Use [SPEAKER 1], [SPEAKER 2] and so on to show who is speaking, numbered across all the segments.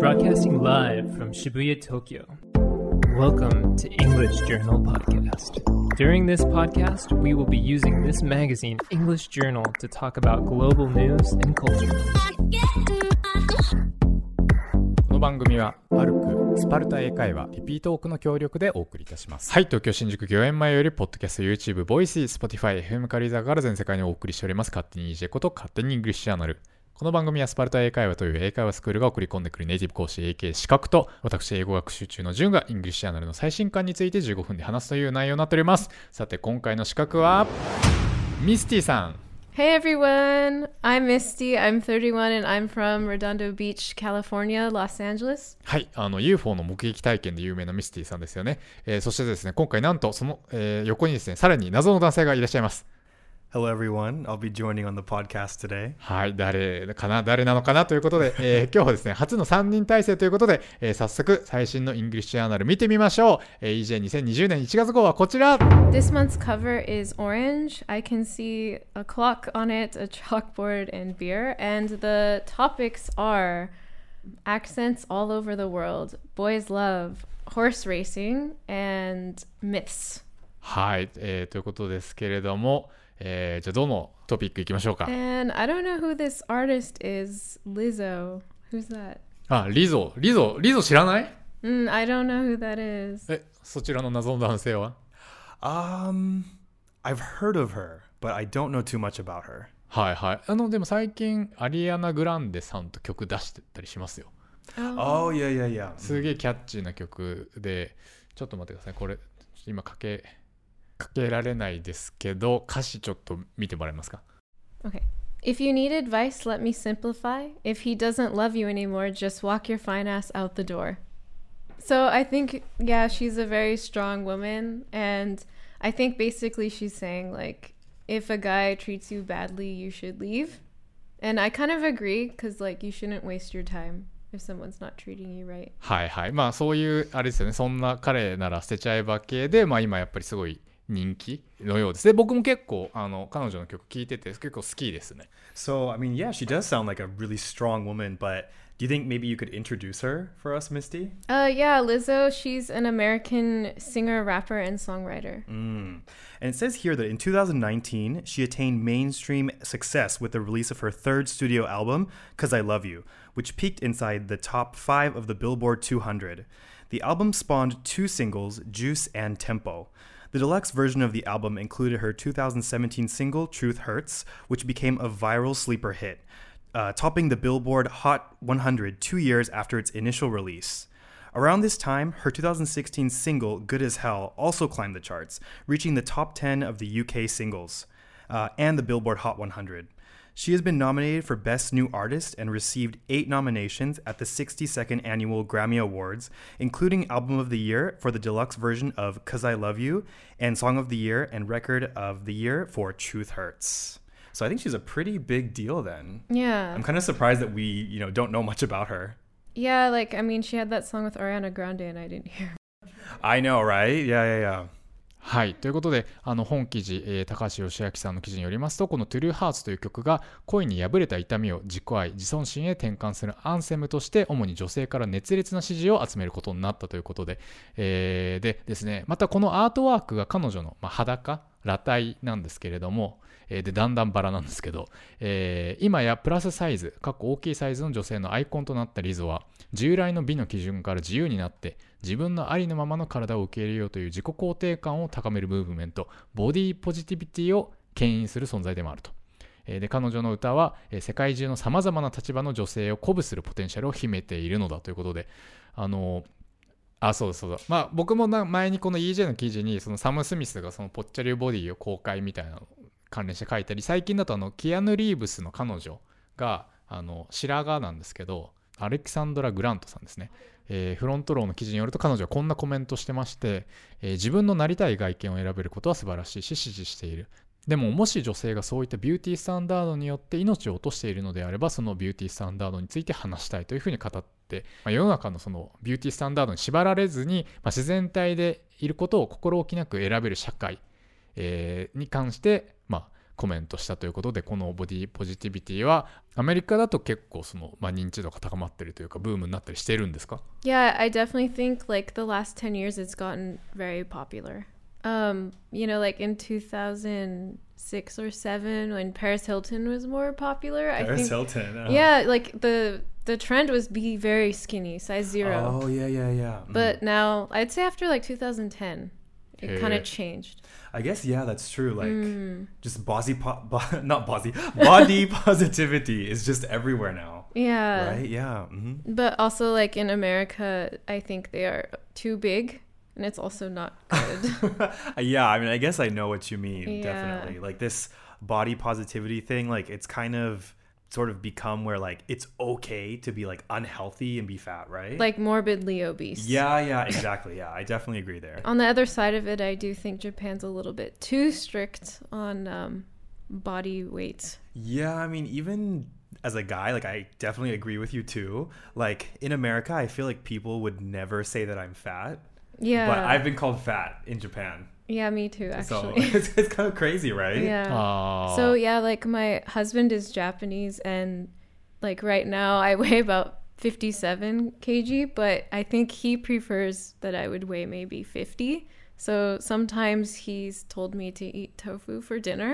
[SPEAKER 1] Broadcasting live from Shibuya, Tokyo. Welcome to English Journal Podcast. During this podcast, we will be using this magazine, English Journal, to talk about global news and culture.
[SPEAKER 2] この番組はパルクスパルタ英会話リピートオークの協力でお送りいたします
[SPEAKER 3] はい、東京、新宿、御苑前より、ポッドキャスト、YouTube、ボイス、Spotify、FM カリーザーから全世界にお送りしております、勝手に EJ こと、勝手にイングリッシュチャンネル。この番組はスパルタ英会話という英会話スクールが送り込んでくるネイティブ講師 AK 資格と、私、英語学習中のジュンがイングリッシュチャンネルの最新刊について15分で話すという内容になっております。さて、今回の資格は、ミスティさん。
[SPEAKER 4] Hey everyone, I'm Misty. I'm 31 and I'm from Redondo Beach, California, Los Angeles.
[SPEAKER 3] はい、あの UFO の目撃体験で有名なミスティさんですよね。えーそしてですね、今回なんとその、えー横にですね、さらに謎の男性がいらっしゃいます。
[SPEAKER 5] Hello, everyone. I'll be joining on the podcast today.
[SPEAKER 3] はい、誰かな、誰なのかなということで、えー今日はですね、初の3人体制ということで、えー早速、最新のイングリッシュアナル見てみましょう。えー EJ2020 年1月号はこちら
[SPEAKER 4] This month's cover is orange. I can see a clock on it, a chalkboard, and beer. And the topics are accents all over the world, boys' love, horse racing, and myths.
[SPEAKER 3] はい、えーということですけれども、えーじゃあどのトピックいきましょうか。
[SPEAKER 4] And I don't know who this artist is, Lizzo. Who's that?
[SPEAKER 3] あ、リゾ、リゾ、リゾ知らない
[SPEAKER 4] Mm, I don't know who that is.
[SPEAKER 3] え、そちらの謎の男性は
[SPEAKER 5] Um, I've heard of her, but I don't know too much about her.
[SPEAKER 3] はいはい。あの、でも最近、アリアナ・グランデさんと曲出してたりしますよ。
[SPEAKER 5] Oh, yeah, yeah, yeah.
[SPEAKER 3] すげえキャッチーな曲で、ちょっと待ってください。これ、ちょっと今かけ、かけられないですけど、歌詞ちょっと見てもらえますか
[SPEAKER 4] Okay. If you need advice, let me simplify. If he doesn't love you anymore, just walk your fine ass out the door. So I think, yeah, she's a very strong woman. And I think basically she's saying, like, if a guy treats you badly, you should leave. And I kind of agree because, like, you shouldn't waste your time if someone's not treating you right.
[SPEAKER 3] はいはい。まあそういう、あれですよね。そんな彼なら捨てちゃえば系で、まあ今やっぱりすごい人気のようです。で、僕も結構、あの、彼女の曲聴いてて、結構好きですね。
[SPEAKER 5] So, I mean, yeah, she does sound like a really strong woman, but do you think maybe you could introduce her for us, Misty?
[SPEAKER 4] Uh, yeah, Lizzo, she's an American singer, rapper, and songwriter.
[SPEAKER 5] And it says here that in 2019, she attained mainstream success with the release of her third studio album, Cause I Love You, which peaked inside the top five of the Billboard 200. The album spawned two singles, Juice and Tempo. The deluxe version of the album included her 2017 single, Truth Hurts, which became a viral sleeper hit, uh, topping the Billboard Hot 100 two years after its initial release. Around this time, her 2016 single Good as Hell also climbed the charts, reaching the top 10 of the UK singles uh, and the Billboard Hot 100. She has been nominated for Best New Artist and received eight nominations at the 62nd Annual Grammy Awards, including Album of the Year for the deluxe version of Cause I Love You, and Song of the Year and Record of the Year for Truth Hurts. So I think she's a pretty big deal then.
[SPEAKER 4] Yeah.
[SPEAKER 5] I'm kind of surprised that we, you know, don't know much about her.
[SPEAKER 4] Yeah, like, I mean, she had that song with Ariana Grande, and I didn't hear
[SPEAKER 5] I know, right? Yeah, yeah, yeah.
[SPEAKER 3] はい。ということで、あの、本記事、えー高橋義明さんの記事によりますと、この True Hearts という曲が、恋に破れた痛みを自己愛、自尊心へ転換するアンセムとして、主に女性から熱烈な支持を集めることになったということで、えーでですね、またこのアートワークが彼女の、まあ、裸、裸体なんですけれども、えーで、だんだんバラなんですけど、えー今やプラスサイズ、かっこ大きいサイズの女性のアイコンとなったリゾは、従来の美の基準から自由になって、自分のありのままの体を受け入れようという自己肯定感を高めるムーブメント、ボディポジティビティを牽引する存在でもあると。えーで彼女の歌は、えー世界中のさまざまな立場の女性を鼓舞するポテンシャルを秘めているのだということで、あのーあ、そうだそうだ。まあ僕もな前にこの EJ の記事にそのサム・スミスがそのぽっちゃりボディを公開みたいなの関連して書いたり、最近だとあのキアヌ・リーブスの彼女があの白髪なんですけど、アレキサンドラ・グラントさんですね。えーフロントローの記事によると彼女はこんなコメントしてまして、えー自分のなりたい外見を選べることは素晴らしいし支持している。でももし女性がそういったビューティースタンダードによって命を落としているのであればそのビューティースタンダードについて話したいというふうに語って、まあ世の中のそのビューティースタンダードに縛られずに、まあ自然体でいることを心置きなく選べる社会、えーに関して、まあ、コメントしたということでこのボディポジティビティはアメリカだと結構その、まあ、認知度が高まってるというかブームになったりしてるんですか
[SPEAKER 4] Yeah, I definitely think like the last 10 years it's gotten very popular. Um, you know, like in 2006 or 7 when Paris Hilton was more popular, I
[SPEAKER 5] Paris
[SPEAKER 4] think
[SPEAKER 5] Hilton. uh,
[SPEAKER 4] Yeah, like the the trend was be very skinny, size 0.
[SPEAKER 5] Oh yeah, yeah, yeah. Mm.
[SPEAKER 4] But now I'd say after like 2010 it kind
[SPEAKER 3] Yeah.
[SPEAKER 4] of changed.
[SPEAKER 5] I guess yeah, that's true. Like
[SPEAKER 4] Mm.
[SPEAKER 5] just bossy, po- bo- not bossy, body positivity is just everywhere now,
[SPEAKER 4] Yeah.
[SPEAKER 5] right? Yeah. hmm
[SPEAKER 4] But also like in America, I think they are too big and it's also not good.
[SPEAKER 5] yeah, I mean, I guess I know what you mean.
[SPEAKER 4] Yeah.
[SPEAKER 5] Definitely, like this body positivity thing. Like it's kind of sort of become where like it's okay to be like unhealthy and be fat, right?
[SPEAKER 4] like morbidly obese.
[SPEAKER 5] yeah, yeah, exactly. Yeah, I definitely agree there.
[SPEAKER 4] On the other side of it, I do think Japan's a little bit too strict on um, body weight.
[SPEAKER 5] Yeah, I mean, even as a guy, like I definitely agree with you too. Like in America, I feel like people would never say that I'm fat,
[SPEAKER 4] Yeah.
[SPEAKER 5] but I've been called fat in Japan.
[SPEAKER 4] yeah, me too,
[SPEAKER 5] So
[SPEAKER 4] actually.
[SPEAKER 5] it's, it's kind of crazy, right?
[SPEAKER 4] yeah.
[SPEAKER 3] あ
[SPEAKER 4] So yeah, like my husband is Japanese, and like right now I weigh about 57 kg, but I think he prefers that I would weigh maybe 50. So sometimes he's told me to eat tofu for dinner,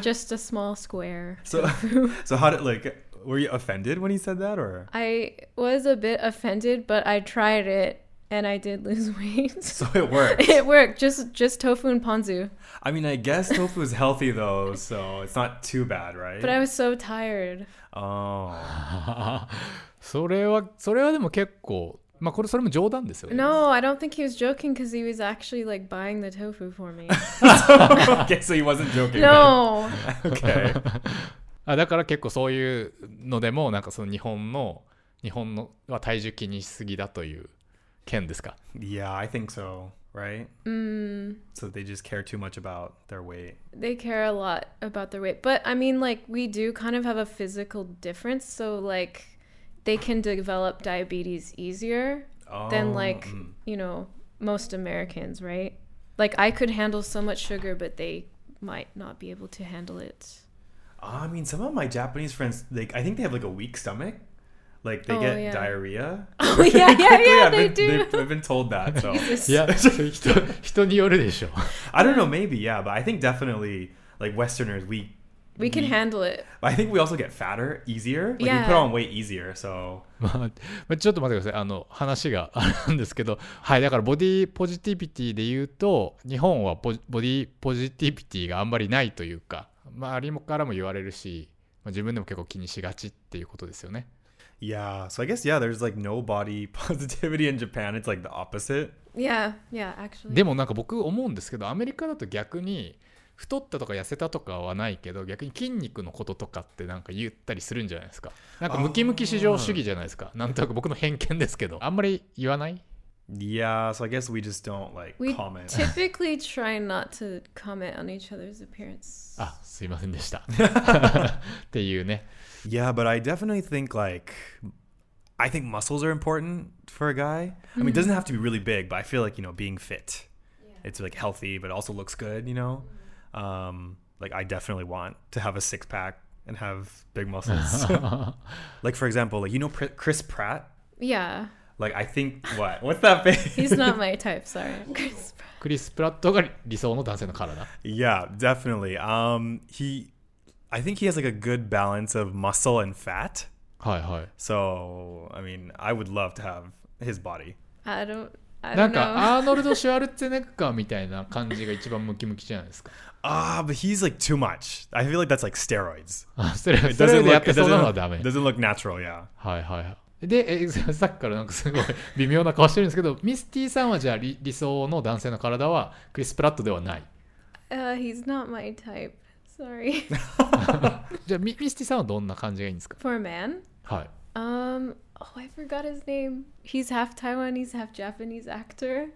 [SPEAKER 4] just a small square.
[SPEAKER 5] So, so how did like were you offended when he said that or?
[SPEAKER 4] I was a bit offended, but I tried it and I did lose weight.
[SPEAKER 5] So it worked.
[SPEAKER 4] it worked. Just just tofu and ponzu.
[SPEAKER 5] I mean, I guess tofu is healthy though, so it's not too bad, right?
[SPEAKER 4] But I was so tired.
[SPEAKER 5] oh,
[SPEAKER 3] あそ れはそれはでも結構まあこれそれも冗談ですよね
[SPEAKER 4] No, I don't think he was joking because he was actually like buying the tofu for me.
[SPEAKER 5] okay. So he wasn't joking.
[SPEAKER 4] no.
[SPEAKER 5] Okay.
[SPEAKER 3] あだから結構そういうのでもなんかその日本の日本のは体重気にしすぎだという件ですか
[SPEAKER 5] Yeah, I think so. Right.
[SPEAKER 4] Mm,
[SPEAKER 5] So they just care too much about their weight.
[SPEAKER 4] they care a lot about their weight. But I mean, like, we do kind of have a physical difference. So, like, they can develop diabetes easier
[SPEAKER 5] Oh,
[SPEAKER 4] than like
[SPEAKER 5] mm.
[SPEAKER 4] you know most Americans, right? Like I could handle so much sugar, but they might not be able to handle it.
[SPEAKER 5] Ah, I mean, some of my Japanese friends, like, I think they have like a weak stomach. Like they
[SPEAKER 4] Oh,
[SPEAKER 5] get
[SPEAKER 4] yeah.
[SPEAKER 5] diarrhea.
[SPEAKER 4] Oh yeah, yeah,
[SPEAKER 5] Quickly,
[SPEAKER 4] yeah,
[SPEAKER 5] I've
[SPEAKER 4] they
[SPEAKER 5] been,
[SPEAKER 4] do.
[SPEAKER 5] They've, I've been told that. So
[SPEAKER 3] いや 人人によるでしょ
[SPEAKER 5] I don't know. Maybe yeah, but I think definitely like Westerners, we
[SPEAKER 4] We can
[SPEAKER 5] Ye-
[SPEAKER 4] handle it.
[SPEAKER 5] I think we also get fatter easier. Like we
[SPEAKER 4] Yeah.
[SPEAKER 5] put on weight easier. So
[SPEAKER 3] まあまあ、ちょっと待ってくださいあの話が あれなんですけどはいだからボディポジティビティで言うと日本はポジボディポジティビティがあんまりないというか周りもからも言われるし、まあ、自分でも結構気にしがちっていうことですよね
[SPEAKER 5] yeah. So I guess yeah, there's like no body positivity in Japan. It's like the opposite.
[SPEAKER 4] Yeah, yeah, actually.
[SPEAKER 3] でもなんか僕思うんですけどアメリカだと逆に太ったとか痩せたとかはないけど逆に筋肉のこととかってなんか言ったりするんじゃないですかなんかムキムキ至上主義じゃないですかなんとなく僕の偏見ですけどあんまり言わない
[SPEAKER 5] Yeah. So I guess we just don't like
[SPEAKER 4] we
[SPEAKER 5] comment.
[SPEAKER 4] typically try not to comment on each other's appearance.
[SPEAKER 3] あすいませんでした っていうね
[SPEAKER 5] yeah, but I definitely think like I think muscles are important for a guy. I mean, it doesn't have to be really big, but I feel like you know being fit, it's like healthy, but also looks good. You know, um, like I definitely want to have a six pack and have big muscles. like for example, like you know Pr- Chris Pratt.
[SPEAKER 4] Yeah,
[SPEAKER 5] Like I think what? What's that face?
[SPEAKER 4] he's not my type. Sorry, Chris.
[SPEAKER 3] クリス・プラットが理想の男性の体
[SPEAKER 5] yeah, definitely. Um, he, I think he has like a good balance of muscle and fat.
[SPEAKER 3] はいはい
[SPEAKER 5] So I mean, I would love to have his body.
[SPEAKER 4] I don't. I
[SPEAKER 3] な
[SPEAKER 4] don't
[SPEAKER 3] ん
[SPEAKER 4] know.
[SPEAKER 3] かアーノルド・シュワルツェネッガーみたいな感じが一番ムキムキじゃないですか
[SPEAKER 5] Ah, but he's like too much. I feel like that's like steroids.
[SPEAKER 3] あそれそれでやってそうなのはダ
[SPEAKER 5] it
[SPEAKER 3] メ
[SPEAKER 5] doesn't look natural. Yeah.
[SPEAKER 3] はいはいはい。で、えさっきからなんかすごい微妙な顔してるんですけど、ミスティさんはじゃあ理理想の男性の体はクリス・プラットではない。
[SPEAKER 4] uh, he's not my type. Sorry.
[SPEAKER 3] じゃあミミスティさんはどんな感じがいいんですか
[SPEAKER 4] For a man,
[SPEAKER 3] はい。
[SPEAKER 4] Um, oh, I forgot his name. He's half Taiwanese, half Japanese actor.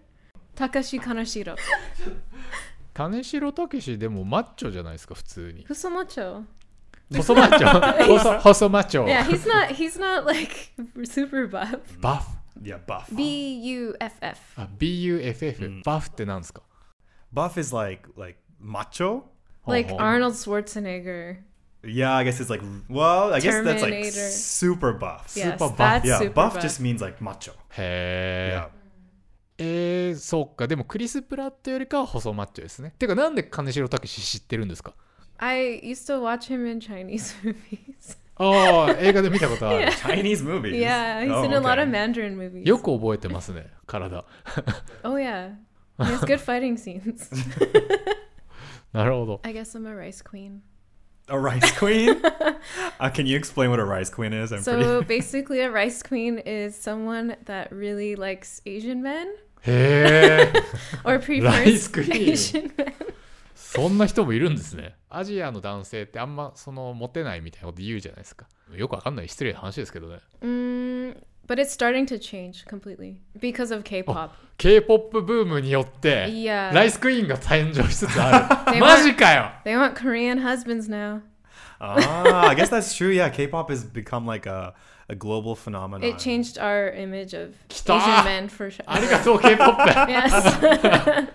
[SPEAKER 4] Takashi Kaneshiro.
[SPEAKER 3] 金城武士でもマッチョじゃないですか、普通 に。
[SPEAKER 4] Kusomocho.
[SPEAKER 3] 細マッチョ細細マッ
[SPEAKER 5] Oh.
[SPEAKER 3] チョ、
[SPEAKER 4] Yeah, he's not. He's not like super buff.
[SPEAKER 3] バフ。
[SPEAKER 5] Yeah, buff.
[SPEAKER 4] B U F F.
[SPEAKER 5] Oh.
[SPEAKER 3] あ、BUFF。バフってなんですか
[SPEAKER 5] buff is like like macho.
[SPEAKER 4] like
[SPEAKER 3] Uh-huh.
[SPEAKER 4] Arnold Schwarzenegger.
[SPEAKER 5] Yeah, I guess it's like well, I guess that's
[SPEAKER 4] Terminator.
[SPEAKER 5] like super buff.
[SPEAKER 4] Yes,
[SPEAKER 3] buff.
[SPEAKER 4] that's
[SPEAKER 5] yeah,
[SPEAKER 4] super
[SPEAKER 5] buff, just means like macho.
[SPEAKER 3] へえ
[SPEAKER 5] Yeah.
[SPEAKER 3] えー、そうかでもクリス・プラットよりかは細マッチョですねてかなんで金城武知ってるんですか
[SPEAKER 4] I used to watch him in Chinese movies.
[SPEAKER 3] ああ 映画で見たことある
[SPEAKER 5] Chinese movies.
[SPEAKER 4] yeah, he's
[SPEAKER 5] Oh,
[SPEAKER 4] in a lot
[SPEAKER 5] okay.
[SPEAKER 4] of Mandarin movies.
[SPEAKER 3] よく覚えてますね体
[SPEAKER 4] Oh yeah, he has good fighting scenes.
[SPEAKER 3] なるほど
[SPEAKER 4] I guess I'm a rice queen.
[SPEAKER 5] A rice queen? uh, can you explain what a rice queen is? I'm
[SPEAKER 4] So
[SPEAKER 5] pretty.
[SPEAKER 4] basically, a rice queen is someone that really likes Asian men
[SPEAKER 3] へえ
[SPEAKER 4] or prefers
[SPEAKER 3] Rice queen.
[SPEAKER 4] Asian men.
[SPEAKER 3] そんな人もいるんですねアジアの男性ってあんまそのモテないみたいなこと言うじゃないですかよくわかんない失礼な話ですけどね
[SPEAKER 4] Mm, but it's starting to change completely because of K-pop.
[SPEAKER 5] Oh.
[SPEAKER 3] k p o p ブームによって
[SPEAKER 4] いやー
[SPEAKER 3] ライスクイーンが誕生しつつ あ
[SPEAKER 4] They
[SPEAKER 3] る
[SPEAKER 4] want-
[SPEAKER 3] マジかよ
[SPEAKER 4] They want Korean husbands now.
[SPEAKER 5] ah, I guess that's true. Yeah, K-pop has become like a, a global phenomenon.
[SPEAKER 4] It changed our image of
[SPEAKER 3] Kita.
[SPEAKER 4] Asian men for sure.
[SPEAKER 3] ありがとう K-POP
[SPEAKER 4] yes.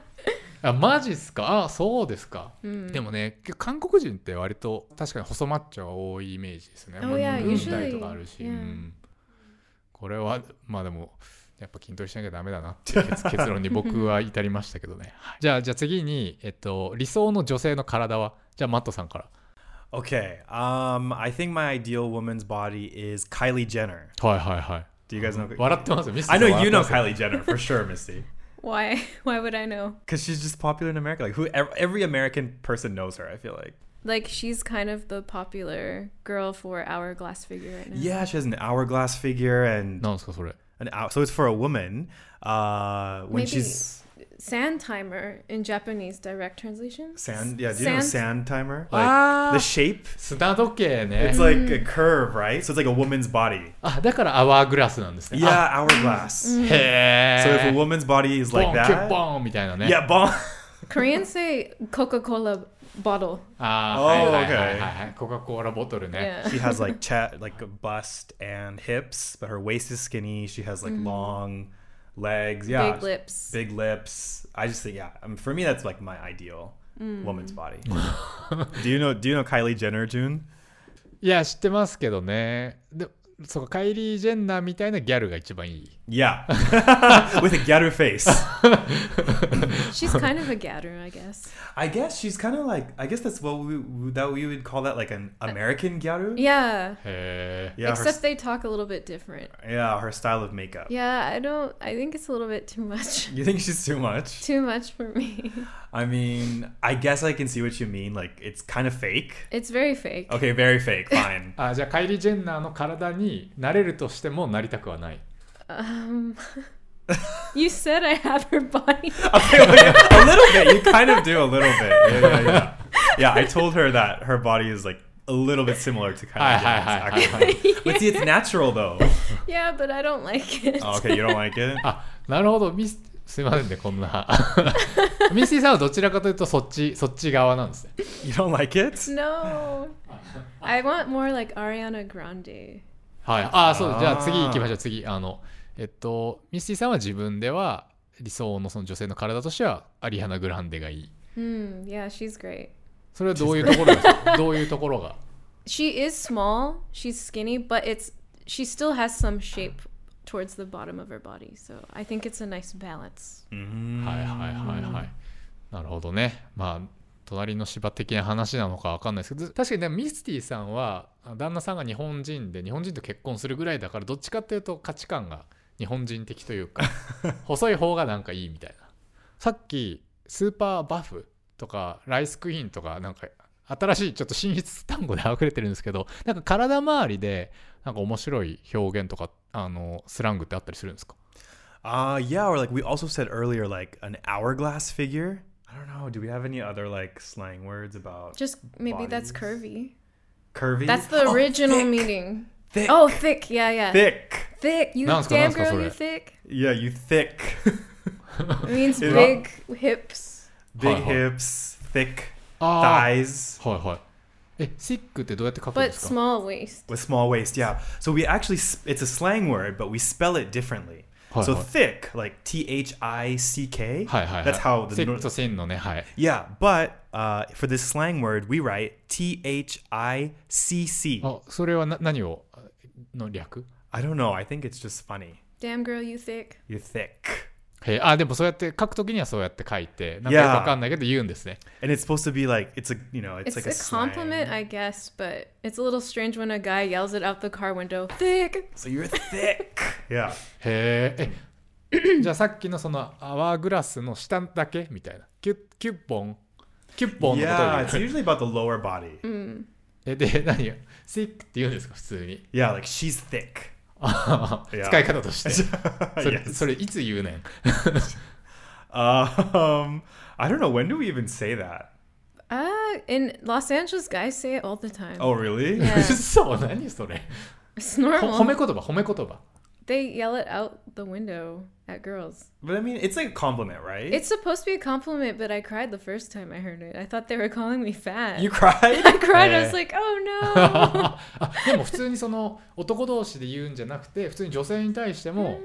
[SPEAKER 3] あマジっすかあそうですか、でもね韓国人って割と確かに細マッチョが多いイメージですね
[SPEAKER 4] Oh,
[SPEAKER 3] まあ
[SPEAKER 4] yeah,
[SPEAKER 3] 軍隊とかあるし、
[SPEAKER 4] usually, yeah.
[SPEAKER 3] うんこれはまあでもやっぱ筋トレしなきゃダメだなっていう結 結論に僕は至りましたけどね、はいじゃあじゃあ次に、えっと、理想の女性の体はじゃあマットさんから
[SPEAKER 5] Okay. Um, I think my ideal woman's body is Kylie Jenner.
[SPEAKER 3] はいはいはい
[SPEAKER 5] Do you guys know?
[SPEAKER 3] 笑ってますよミスター
[SPEAKER 5] I
[SPEAKER 3] さん
[SPEAKER 5] know
[SPEAKER 3] 笑
[SPEAKER 5] you
[SPEAKER 3] ってま
[SPEAKER 5] know
[SPEAKER 3] すよ
[SPEAKER 5] Kylie Jenner for sure, Misty,
[SPEAKER 4] Why? Why would I know?
[SPEAKER 5] because she's just popular in America. Like who? ev- Every American person knows her. I feel like.
[SPEAKER 4] Like she's kind of the popular girl for hourglass figure right now.
[SPEAKER 5] Yeah, she has an hourglass figure and
[SPEAKER 3] なんですかそれ
[SPEAKER 5] an hour. So it's for a woman. Uh, when
[SPEAKER 4] Maybe-
[SPEAKER 5] she's
[SPEAKER 4] Sand timer in Japanese direct translation.
[SPEAKER 5] sand, yeah. Do you know
[SPEAKER 4] Sand-
[SPEAKER 5] sand timer? Like
[SPEAKER 3] あ
[SPEAKER 5] the
[SPEAKER 3] ー
[SPEAKER 5] shape.
[SPEAKER 3] 砂時計ね
[SPEAKER 5] It's like a curve, right? So it's like a woman's body.
[SPEAKER 3] あだからアワーグラスなんですね
[SPEAKER 5] Yeah,
[SPEAKER 3] あ
[SPEAKER 5] hourglass.
[SPEAKER 3] Mm.
[SPEAKER 5] So
[SPEAKER 3] へえ
[SPEAKER 5] if a woman's body is like
[SPEAKER 3] ボンキュッ
[SPEAKER 5] that,
[SPEAKER 3] ボンみたいなね
[SPEAKER 5] yeah, bomb.
[SPEAKER 4] Koreans say Coca-Cola bottle.
[SPEAKER 3] ああ、
[SPEAKER 5] Oh,
[SPEAKER 3] はいはいはいはいはい。コカ・コーラボトルね。
[SPEAKER 4] Yeah.
[SPEAKER 5] she has like chat, like a bust and hips, but her waist is skinny. She has like long legs. Yeah,
[SPEAKER 4] Mm-hmm. Big lips.
[SPEAKER 5] Big lips. I just think, yeah. I mean, for me, that's like my ideal
[SPEAKER 4] Mm.
[SPEAKER 5] woman's body. do you know? Do you know Kylie Jenner, June?
[SPEAKER 3] いや、知ってますけどね。で、そうか、カイリー・ジェンナーみたいなギャルが一番いい。
[SPEAKER 5] Yeah, with a ghetto face.
[SPEAKER 4] She's kind of a gatter, I guess.
[SPEAKER 5] I guess she's kind of like. I guess that's what we that we would call that like an American ghetto.
[SPEAKER 4] Yeah.
[SPEAKER 3] へえ。
[SPEAKER 5] Yeah, her,
[SPEAKER 4] Except they talk a little bit different.
[SPEAKER 5] yeah, her style of makeup.
[SPEAKER 4] Yeah, I don't I think it's a little bit too much.
[SPEAKER 5] You think she's too much?
[SPEAKER 4] Too much for me.
[SPEAKER 5] I mean, I guess I can see what you mean. Like, it's kind of fake.
[SPEAKER 4] It's very fake.
[SPEAKER 5] Okay, very fake. Fine.
[SPEAKER 3] あじゃあ、カイリー・ジェンナーの体になれるとしてもなりたくはない。
[SPEAKER 4] Um You said I have her body.
[SPEAKER 5] Okay, well, yeah, a little bit. You kind of do a little bit. Yeah, yeah, yeah. Yeah, I told her that her body is like a little bit similar to Kylie
[SPEAKER 3] Hi,
[SPEAKER 5] Jenner's.
[SPEAKER 3] hi, hi, hi,
[SPEAKER 5] actually. But see, it's natural though.
[SPEAKER 4] Yeah, but I don't like it.
[SPEAKER 5] Oh, okay, you don't like it.
[SPEAKER 3] あ、なるほど。ミス、すいませんね、こんな。ミスティさんはどちらかというと、そっち、そっち側なんですね。
[SPEAKER 5] You don't like it?
[SPEAKER 4] No. I want more like Ariana Grande.
[SPEAKER 3] はい。ああ、そうで
[SPEAKER 5] あー
[SPEAKER 3] す。じゃあ、次行きましょう。次。あの、えっと、ミスティさんは自分では、理想のその女性の体としては、アリハナ・グランデがいい。
[SPEAKER 4] Hmm, yeah, she's great.
[SPEAKER 3] それはどういうところです かどういうところが
[SPEAKER 4] She is small, she's skinny, but it's she still has some shape towards the bottom of her body. So I think it's a nice balance.
[SPEAKER 5] Mm.
[SPEAKER 3] はいはいはいはい。なるほどね。まあ、隣の芝的な話なのかわかんないですけど、確かにね、ミスティさんは、あ旦那さんが日本人で、日本人と結婚するぐらいだから、どっちかっていうと価値観が日本人的という か、細い方がなんかいいみたいな。さっき、スーパーバフとか、ライスクイーンとか、なんか、新しいちょっと進出単語であふれてるんですけど、なんか体周りで、なんか面白い表現とか、あの、スラングってあったりするんですか
[SPEAKER 5] Uh yeah, or like we also said earlier, like an hourglass figure. I don't know. Do we have any other like slang words about
[SPEAKER 4] Just maybe that's
[SPEAKER 5] Bodies.
[SPEAKER 4] curvy.
[SPEAKER 5] curvy?
[SPEAKER 4] That's the
[SPEAKER 5] Oh,
[SPEAKER 4] original
[SPEAKER 5] thick,
[SPEAKER 4] meaning.
[SPEAKER 5] Thick.
[SPEAKER 4] Oh, thick. Yeah, yeah.
[SPEAKER 5] thick.
[SPEAKER 4] Thick. You
[SPEAKER 3] Nonsense,
[SPEAKER 4] damn
[SPEAKER 3] nonsense,
[SPEAKER 4] girl,
[SPEAKER 3] sorry.
[SPEAKER 4] you thick.
[SPEAKER 5] Yeah, you thick.
[SPEAKER 4] It means
[SPEAKER 5] Yeah.
[SPEAKER 4] big hips.
[SPEAKER 5] Big
[SPEAKER 3] Hi, hi.
[SPEAKER 5] hips, thick
[SPEAKER 3] ああ。
[SPEAKER 5] thighs.
[SPEAKER 3] はいはい。え、シックってどうやって書くんで
[SPEAKER 4] But
[SPEAKER 3] すか
[SPEAKER 4] small waist.
[SPEAKER 5] with small waist yeah so we actually s- it's a slang word but we spell it differently
[SPEAKER 3] はい
[SPEAKER 5] So
[SPEAKER 3] right.
[SPEAKER 5] thick, like T H I C K.
[SPEAKER 3] はいはいはい。
[SPEAKER 5] That's how the
[SPEAKER 3] 線
[SPEAKER 5] Nor-
[SPEAKER 3] と線のね、はい。
[SPEAKER 5] yeah. But uh, for this slang word, we write T H I C C.
[SPEAKER 3] あ、それはな何をの略
[SPEAKER 5] I don't know. I think it's just funny.
[SPEAKER 4] Damn girl, you thick.
[SPEAKER 5] You're thick,
[SPEAKER 3] へえあ、でもそうやって書くときにはそうやって書いて、なんかよくわかんないけど言うんですね。
[SPEAKER 5] and it's supposed to be like it's a you know it's,
[SPEAKER 4] It's,
[SPEAKER 5] like
[SPEAKER 4] a,
[SPEAKER 5] a,
[SPEAKER 4] compliment,
[SPEAKER 5] slang.
[SPEAKER 4] I guess, but it's a little strange when a guy yells it out the car window. Thick.
[SPEAKER 5] So you're thick. yeah.
[SPEAKER 3] へええ じゃあさっきのそのアワーグラスの下だけみたいな。キュッ、キュッポン。キュッポンのことを
[SPEAKER 5] Yeah.
[SPEAKER 3] 言う
[SPEAKER 5] It's usually about the lower body.
[SPEAKER 3] えで、何よ ?sick って言うんですか、普通に。
[SPEAKER 5] Yeah, like she's thick.
[SPEAKER 3] あ
[SPEAKER 5] いや
[SPEAKER 3] 使い方として。それ
[SPEAKER 5] Yes.
[SPEAKER 3] それいつ言うねん。
[SPEAKER 5] Um, I don't know. When do we even say that?
[SPEAKER 4] Ah, in Los Angeles, guys say it all the time.
[SPEAKER 5] Oh, really?
[SPEAKER 4] Yeah.
[SPEAKER 3] そう、何それ。
[SPEAKER 4] It's
[SPEAKER 3] ほ褒
[SPEAKER 4] normal.
[SPEAKER 3] め言葉、褒め言葉。
[SPEAKER 4] They yell it out the window at girls.
[SPEAKER 5] But I mean, it's like a compliment, right?
[SPEAKER 4] It's supposed to be a compliment, but I cried the first time I heard it. I thought they were calling me fat.
[SPEAKER 5] you cried.
[SPEAKER 4] I cried. I
[SPEAKER 3] Eh.
[SPEAKER 4] was like, oh no.
[SPEAKER 3] あでも普通にその男同士で言うんじゃなくて普通に女性に対しても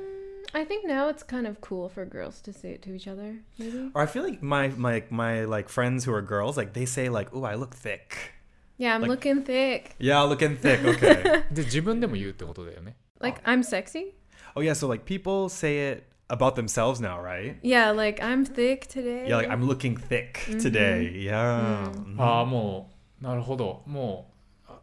[SPEAKER 4] I think now it's kind of cool for girls to say it to each other. Maybe.
[SPEAKER 5] Or I feel like my my my like friends who are girls, like they say like, "Oh, I look thick."
[SPEAKER 4] Yeah, I'm
[SPEAKER 5] Like-
[SPEAKER 4] looking thick.
[SPEAKER 5] Yeah, looking thick. Okay.
[SPEAKER 3] で自分でも言うってことだよね
[SPEAKER 4] Like I'm sexy.
[SPEAKER 5] oh yeah, so like people say it about themselves now, right?
[SPEAKER 4] Yeah, like I'm thick today.
[SPEAKER 5] Yeah, like I'm looking thick
[SPEAKER 4] Mm-hmm.
[SPEAKER 5] today. Yeah.
[SPEAKER 4] Mm.
[SPEAKER 5] Mhm.
[SPEAKER 3] ああもうなるほどもうあ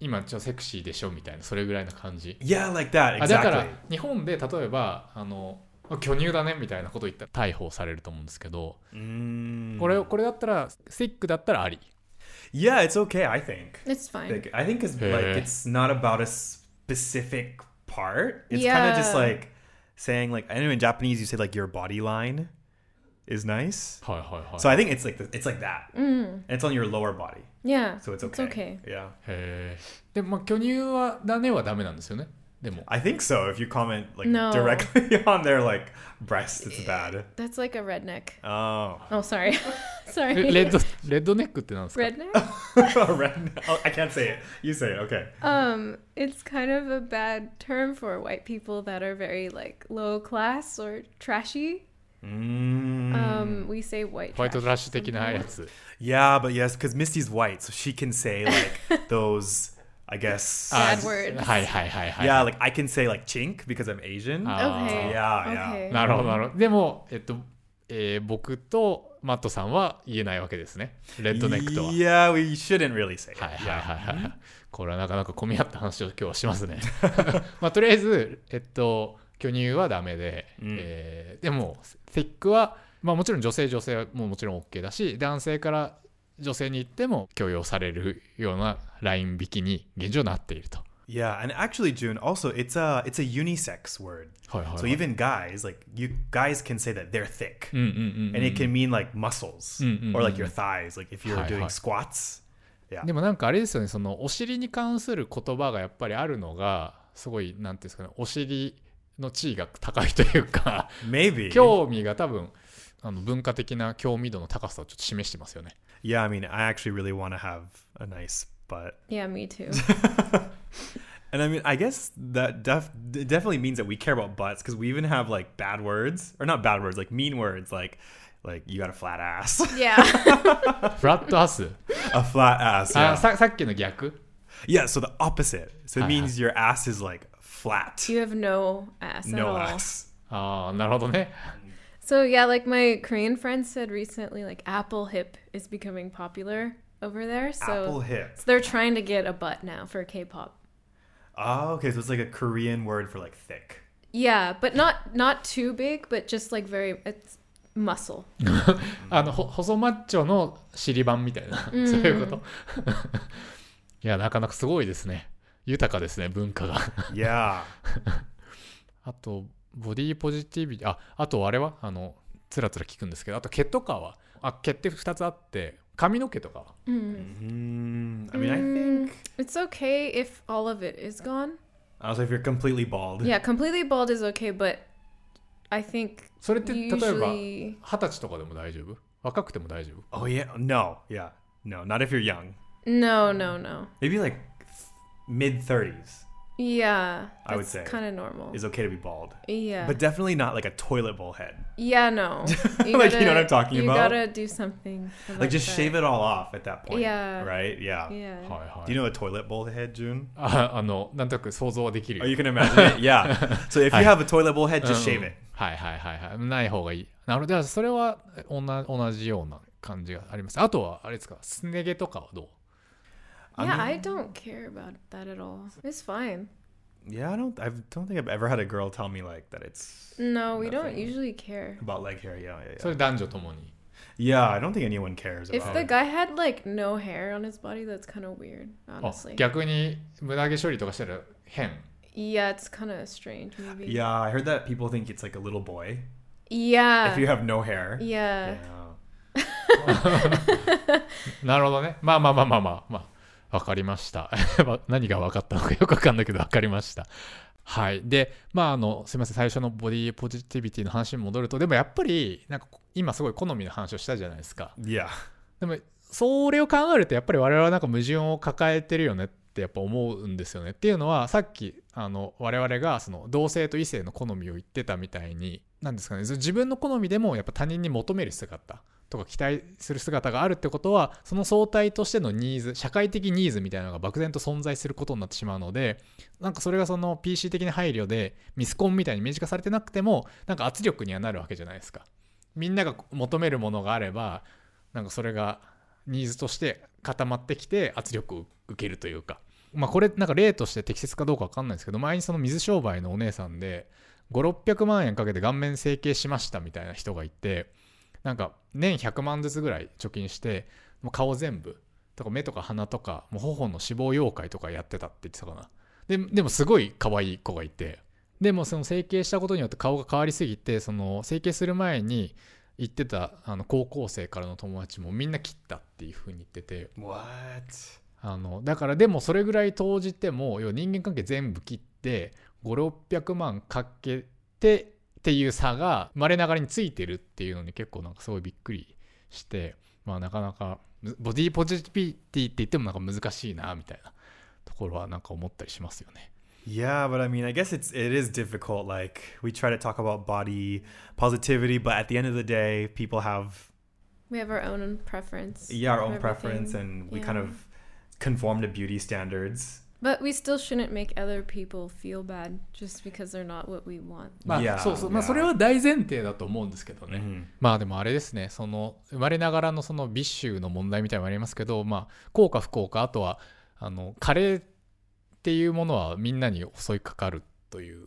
[SPEAKER 3] 今ちょっとセクシーでしょみたいなそれぐらいな感じ
[SPEAKER 5] Yeah, like that.
[SPEAKER 3] あだから
[SPEAKER 5] Exactly.
[SPEAKER 3] 日本で例えばあのあ巨乳だねみたいなこと言ったら逮捕されると思うんですけど
[SPEAKER 5] Mm.
[SPEAKER 3] これこれだったらセックだったらあり
[SPEAKER 5] Yeah, it's okay. I think.
[SPEAKER 4] It's fine.
[SPEAKER 5] Like, I think it's
[SPEAKER 3] Yeah.
[SPEAKER 5] like it's not about a specific part. It's kind of just
[SPEAKER 4] Yeah.
[SPEAKER 5] like saying like I know in Japanese you say like your body line is nice.
[SPEAKER 3] はいはいはい
[SPEAKER 5] So I think it's like the, it's like that, and it's on your lower body,
[SPEAKER 4] Yeah.
[SPEAKER 5] so it's okay.
[SPEAKER 4] Mm. It's okay.
[SPEAKER 5] Yeah,
[SPEAKER 3] へえでもまあ巨乳はだねはダメなんですよねでも
[SPEAKER 5] I think so. If you comment like
[SPEAKER 4] No.
[SPEAKER 5] directly on their like breast, it's bad.
[SPEAKER 4] That's like a redneck.
[SPEAKER 5] Oh,
[SPEAKER 4] Oh, sorry.
[SPEAKER 3] え
[SPEAKER 4] sorry.
[SPEAKER 3] レッドレッドネックってなんですか
[SPEAKER 4] redneck?
[SPEAKER 5] Red- oh, I can't say it. You say it. Okay.
[SPEAKER 4] um, it's kind of a bad term for white people that are very like low class or trashy.
[SPEAKER 5] Mm.
[SPEAKER 4] Um, we say white.
[SPEAKER 3] ホワイト
[SPEAKER 4] trash
[SPEAKER 3] トラッシュ的なやつ
[SPEAKER 5] Yeah, but yes, because Misty's white, so she can say like those. I guess.
[SPEAKER 4] Bad
[SPEAKER 3] あ
[SPEAKER 4] words.
[SPEAKER 3] はいはいはいはい。
[SPEAKER 5] Yeah, like I can say like chink because I'm Asian.
[SPEAKER 3] あ
[SPEAKER 4] Okay.
[SPEAKER 5] Ah, Yeah, yeah.
[SPEAKER 4] Okay.
[SPEAKER 3] なるほどなるほど。でも、えっと、えー僕とマットさんは言えないわけですね。レッドネックとは。はい
[SPEAKER 5] Yeah, we shouldn't really say it.
[SPEAKER 3] はい
[SPEAKER 5] yeah.
[SPEAKER 3] はいはい。これはなかなか混み合った話を今日はします ね。まあ、とりあえず、えっと、巨乳はダメで、
[SPEAKER 5] うん
[SPEAKER 3] えーでも、テックは、まあ、もちろん女性女性はもうもちろん OK だし、男性から女性に行っても許容されるようなライン引きに現状なっていると。
[SPEAKER 5] Yeah, and actually, June, also it's a it's a unisex word.
[SPEAKER 3] はいはい、
[SPEAKER 5] So
[SPEAKER 3] はい
[SPEAKER 5] even guys, like you guys can say that they're thick.
[SPEAKER 3] うんうんうんうん
[SPEAKER 5] And it can mean like muscles
[SPEAKER 3] mm,
[SPEAKER 5] or like
[SPEAKER 3] mm,
[SPEAKER 5] your thighs, like if you're
[SPEAKER 3] Hi, hi.
[SPEAKER 5] doing squats. Yeah.
[SPEAKER 3] でもなんかあれですよねそのお尻に関する言葉がやっぱりあるのがすごいなんていうんですかねお尻の地位が高いというか
[SPEAKER 5] Maybe.
[SPEAKER 3] 興味が多分あの文化的な興味度の高さをちょっと示してますよね。
[SPEAKER 5] Yeah, I mean, I actually really want to have a nice butt.
[SPEAKER 4] Yeah, me too.
[SPEAKER 5] And I mean, I guess that def- it definitely means that we care about butts because we even have like bad words or not bad words, like mean words, like like you got a flat ass,
[SPEAKER 4] yeah.
[SPEAKER 3] フラットアス
[SPEAKER 5] a flat ass.
[SPEAKER 3] あ
[SPEAKER 5] Yeah.
[SPEAKER 3] ささっきの逆
[SPEAKER 5] yeah. So the opposite. So it
[SPEAKER 3] Hi,
[SPEAKER 5] means your ass is like flat,
[SPEAKER 4] You have no ass at
[SPEAKER 5] no
[SPEAKER 4] all.
[SPEAKER 5] ass.
[SPEAKER 3] ああなるほどね。
[SPEAKER 4] So yeah, like my Korean friend said recently, like apple hip is becoming popular over there. So
[SPEAKER 5] Apple hip.
[SPEAKER 4] so they're trying to get a butt now for K-pop.
[SPEAKER 5] Oh, okay. So it's like a Korean word for like thick.
[SPEAKER 4] Yeah, but not not too big, but just like very it's muscle.
[SPEAKER 3] あのほ細マッチョの尻板みたいなそういうこと いやなかなかすごいですね豊かですね文化が。
[SPEAKER 5] Yeah.
[SPEAKER 3] あと、ボディポジティビティ、あ、あとあれは、あの、つらつら聞くんですけど、あと毛とかは、あ、毛って2つあって、髪の毛とかは。
[SPEAKER 5] mm, I mean, I think
[SPEAKER 4] It's okay if all of it is gone.
[SPEAKER 5] also if you're completely bald.
[SPEAKER 4] Yeah, completely bald is okay, but I think
[SPEAKER 3] それって、例えば、二十
[SPEAKER 4] usually
[SPEAKER 3] 歳とかでも大丈夫若くても大丈夫
[SPEAKER 5] Oh yeah. No. Yeah. No. Not if you're young.
[SPEAKER 4] no, no, no.
[SPEAKER 5] Maybe like mid thirties.
[SPEAKER 4] Yeah.
[SPEAKER 5] I would
[SPEAKER 4] that's
[SPEAKER 5] say
[SPEAKER 4] kind of normal.
[SPEAKER 5] It's okay to be bald,
[SPEAKER 4] yeah.
[SPEAKER 5] but definitely not like a toilet bowl head.
[SPEAKER 4] yeah, no.
[SPEAKER 5] Like, you know what I'm talking
[SPEAKER 4] you
[SPEAKER 5] about?
[SPEAKER 4] gotta do something.
[SPEAKER 5] Like just shave it all off at that point.
[SPEAKER 4] Yeah.
[SPEAKER 5] Right? Yeah.
[SPEAKER 4] Yeah.
[SPEAKER 3] はいはい。
[SPEAKER 5] Do you know a toilet bowl head, June?
[SPEAKER 3] ああの、なんとなく想像はできる
[SPEAKER 5] Oh,
[SPEAKER 3] よ。
[SPEAKER 5] you can imagine it? Yeah. So if you have a toilet bowl head,
[SPEAKER 3] うん
[SPEAKER 5] just shave it.
[SPEAKER 3] はいはいはいはい。ない方がいい。なるほど。じゃあそれはおな同じような感じがあります。あとは、あれですか、すね毛とかはどう
[SPEAKER 5] I
[SPEAKER 4] yeah,
[SPEAKER 5] mean-
[SPEAKER 4] I don't care about that at all. It's fine.
[SPEAKER 5] Yeah, I don't I don't think I've ever had a girl tell me like that it's
[SPEAKER 4] No, we don't
[SPEAKER 5] Nothing.
[SPEAKER 4] usually care.
[SPEAKER 5] about leg hair. Yeah, yeah,
[SPEAKER 3] そ
[SPEAKER 5] yeah.
[SPEAKER 3] れ男女ともに。
[SPEAKER 5] Yeah, I don't think anyone cares
[SPEAKER 4] If
[SPEAKER 5] about
[SPEAKER 4] the
[SPEAKER 5] it.
[SPEAKER 4] guy had like no hair on his body, that's kind of weird,
[SPEAKER 5] Oh,
[SPEAKER 3] あ
[SPEAKER 4] honestly.
[SPEAKER 3] 逆に、胸毛処理とかしたら変。
[SPEAKER 4] Yeah, it's kind of strange, maybe.
[SPEAKER 5] Yeah, I heard that people think it's like a little boy
[SPEAKER 4] Yeah.
[SPEAKER 5] if you have no hair.
[SPEAKER 4] yeah.
[SPEAKER 5] Yeah.
[SPEAKER 3] なるほどね。まあまあまあまあまあ。まあ、わかりました。 わ何が分か ったのかよくわかんないけど、わかりました。はい。で、まあ、あの、すいません。最初のボディポジティビティの話に戻ると、でもやっぱり、なんか、今すごい好みの話をしたじゃないですか。
[SPEAKER 5] Yeah.
[SPEAKER 3] でもそれを考えるとやっぱり我々はなんか矛盾を抱えてるよねってやっぱ思うんですよねっていうのはさっきあの我々がその同性と異性の好みを言ってたみたいに何ですかねず自分の好みでもやっぱ他人に求める姿とか期待する姿があるってことはその相対としてのニーズ社会的ニーズみたいなのが漠然と存在することになってしまうのでなんかそれがその PC 的な配慮でミスコンみたいに明示化されてなくてもなんか圧力にはなるわけじゃないですか。みんなが求めるものがあればなんかそれがニーズとして固まってきて圧力を受けるというか、まあ、これなんか例として適切かどうかわかんないですけど前にその水商売のお姉さんで5600万円かけて顔面整形しましたみたいな人がいてなんか年100万ずつぐらい貯金してもう顔全部とか目とか鼻とかもう頬の脂肪妖怪とかやってたって言ってたかなででもすごい可愛い子がいてでもその整形したことによって顔が変わりすぎてその整形する前に行ってたあの高校生からの友達もみんな切ったっていうふうに言ってて
[SPEAKER 5] What?
[SPEAKER 3] あのだからでもそれぐらい投じても要は人間関係全部切って5600万かけてっていう差が生まれながらについてるっていうのに結構なんかすごいびっくりしてまあなかなかむボディポジティビティって言ってもなんか難しいなみたいなところはなんか思ったりしますよね。
[SPEAKER 5] Yeah, but I mean, I guess it's it is difficult. Like we try to talk about body positivity, but at the end of the day, people have
[SPEAKER 4] We have our own preference.
[SPEAKER 5] yeah our
[SPEAKER 4] of
[SPEAKER 5] own preference,
[SPEAKER 4] everything.
[SPEAKER 5] and we
[SPEAKER 4] Yeah.
[SPEAKER 5] kind of conform to beauty standards.
[SPEAKER 4] But we still shouldn't make other people feel bad just because they're not what we want.
[SPEAKER 3] まあ、
[SPEAKER 5] いやー
[SPEAKER 3] そうそう、まあ、
[SPEAKER 5] いやー
[SPEAKER 3] それは大前提だと思うんですけどね。
[SPEAKER 5] Mhm.
[SPEAKER 3] まあでもあれですね、その生まれながらのその美臭の問題みたいなのもありますけど、まあ、幸か不幸か、あとはあのカレーっていうものはみんなに襲いかかるという、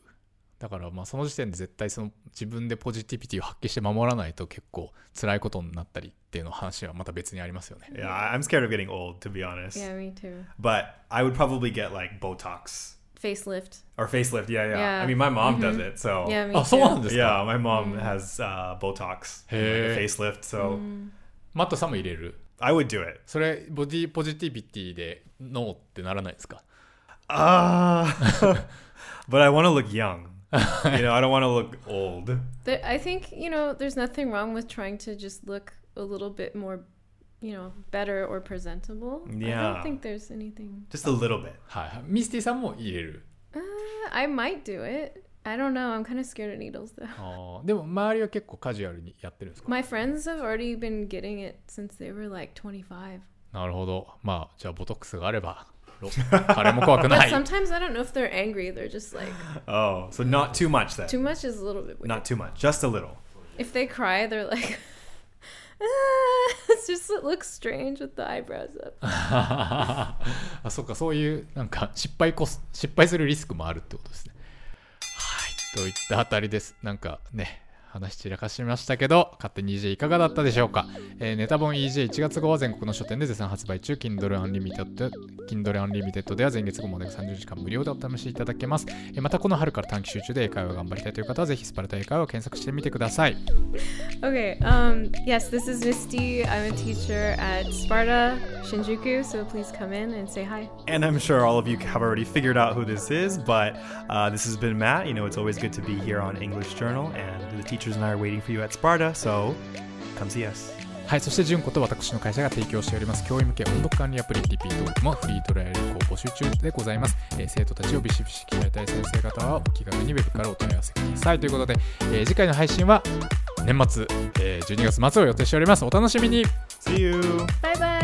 [SPEAKER 3] だからまあその時点で絶対その自分でポジティビティを発揮して守らないと結構辛いことになったりっていうの話はまた別にありますよね。
[SPEAKER 5] Yeah, I- I'm scared of getting old, to be honest.
[SPEAKER 4] Yeah, me too.
[SPEAKER 5] But I would probably get like Botox
[SPEAKER 4] Facelift.
[SPEAKER 5] or facelift. Yeah,
[SPEAKER 4] Yeah. Mm-hmm.
[SPEAKER 5] yeah. I mean, my mom does it, so
[SPEAKER 4] Yeah, Mm. me
[SPEAKER 3] あ、そうなん
[SPEAKER 4] too.
[SPEAKER 3] ですか。
[SPEAKER 5] Yeah, my mom has uh, Botox, and, like,
[SPEAKER 3] Hey.
[SPEAKER 5] a facelift. So
[SPEAKER 4] Mm.
[SPEAKER 3] マットさんも入れる。
[SPEAKER 5] I would do it.
[SPEAKER 3] それボディポジティビティでノーってならないですか
[SPEAKER 5] Uh, but I want to look young. you know, I don't want to look old.
[SPEAKER 4] There, I think, you know, there's nothing wrong with trying to just look a little bit more, you know, better or presentable. I
[SPEAKER 5] Yeah.
[SPEAKER 4] don't think there's anything.
[SPEAKER 5] Just a little bit.
[SPEAKER 3] はいはい。ミスティさんも入れる。
[SPEAKER 4] Uh, I might do it. I don't know. I'm kind of scared of needles, though.
[SPEAKER 3] あーでも周りは結構カジュアルにやってるんですか
[SPEAKER 4] My friends have already been getting it since they were like 25.
[SPEAKER 3] なるほど。まあ、じゃあ、ボトックスがあれば、ろ 彼も怖くな
[SPEAKER 4] But
[SPEAKER 3] い。
[SPEAKER 4] sometimes I don't know if they're angry. They're just like,
[SPEAKER 5] Oh, so not too much then.
[SPEAKER 4] too much is a little bit weird.
[SPEAKER 5] Not too much. Just a little.
[SPEAKER 4] If they cry, they're like, "Ah," it's just it looks strange with the eyebrows up.
[SPEAKER 3] あ、そっか、そういう、なんか、失敗こす、失敗するリスクもあるってことですね。はい。といったあたりです。なんかね、話散らかしましたけど、勝手に EJ いかがだったでしょうか、えーネタ本 EJ1 月号は全国の書店で絶賛発売中、Kindle Unlimited、Kindle Unlimited では前月号まで30時間無料でお試しいただけます。えーまたこの春から短期集中で英会話を頑張りたいという方は、ぜひスパルタ英会話を検索してみてください。
[SPEAKER 4] Okay. Um. Yes, this is Misty. I'm a teacher at Sparta Shinjuku. So please come in and say hi.
[SPEAKER 5] And I'm sure all of you have already figured out who this is, but uh, this has been Matt. You know, it's always good to be here on English Journal, and the teachers and I are waiting for you at Sparta, so come see us.
[SPEAKER 3] はい、そして純子と私の会社が提供しております教員向け音読管理アプリリピートもフリートライアル以降募集中でございます、えー生徒たちをビシビシ鍛えたい先生方はお気軽にウェブからお問い合わせくださいということで、えー次回の配信は年末、えー12月末を予定しておりますお楽しみに
[SPEAKER 5] See you!
[SPEAKER 4] Bye bye.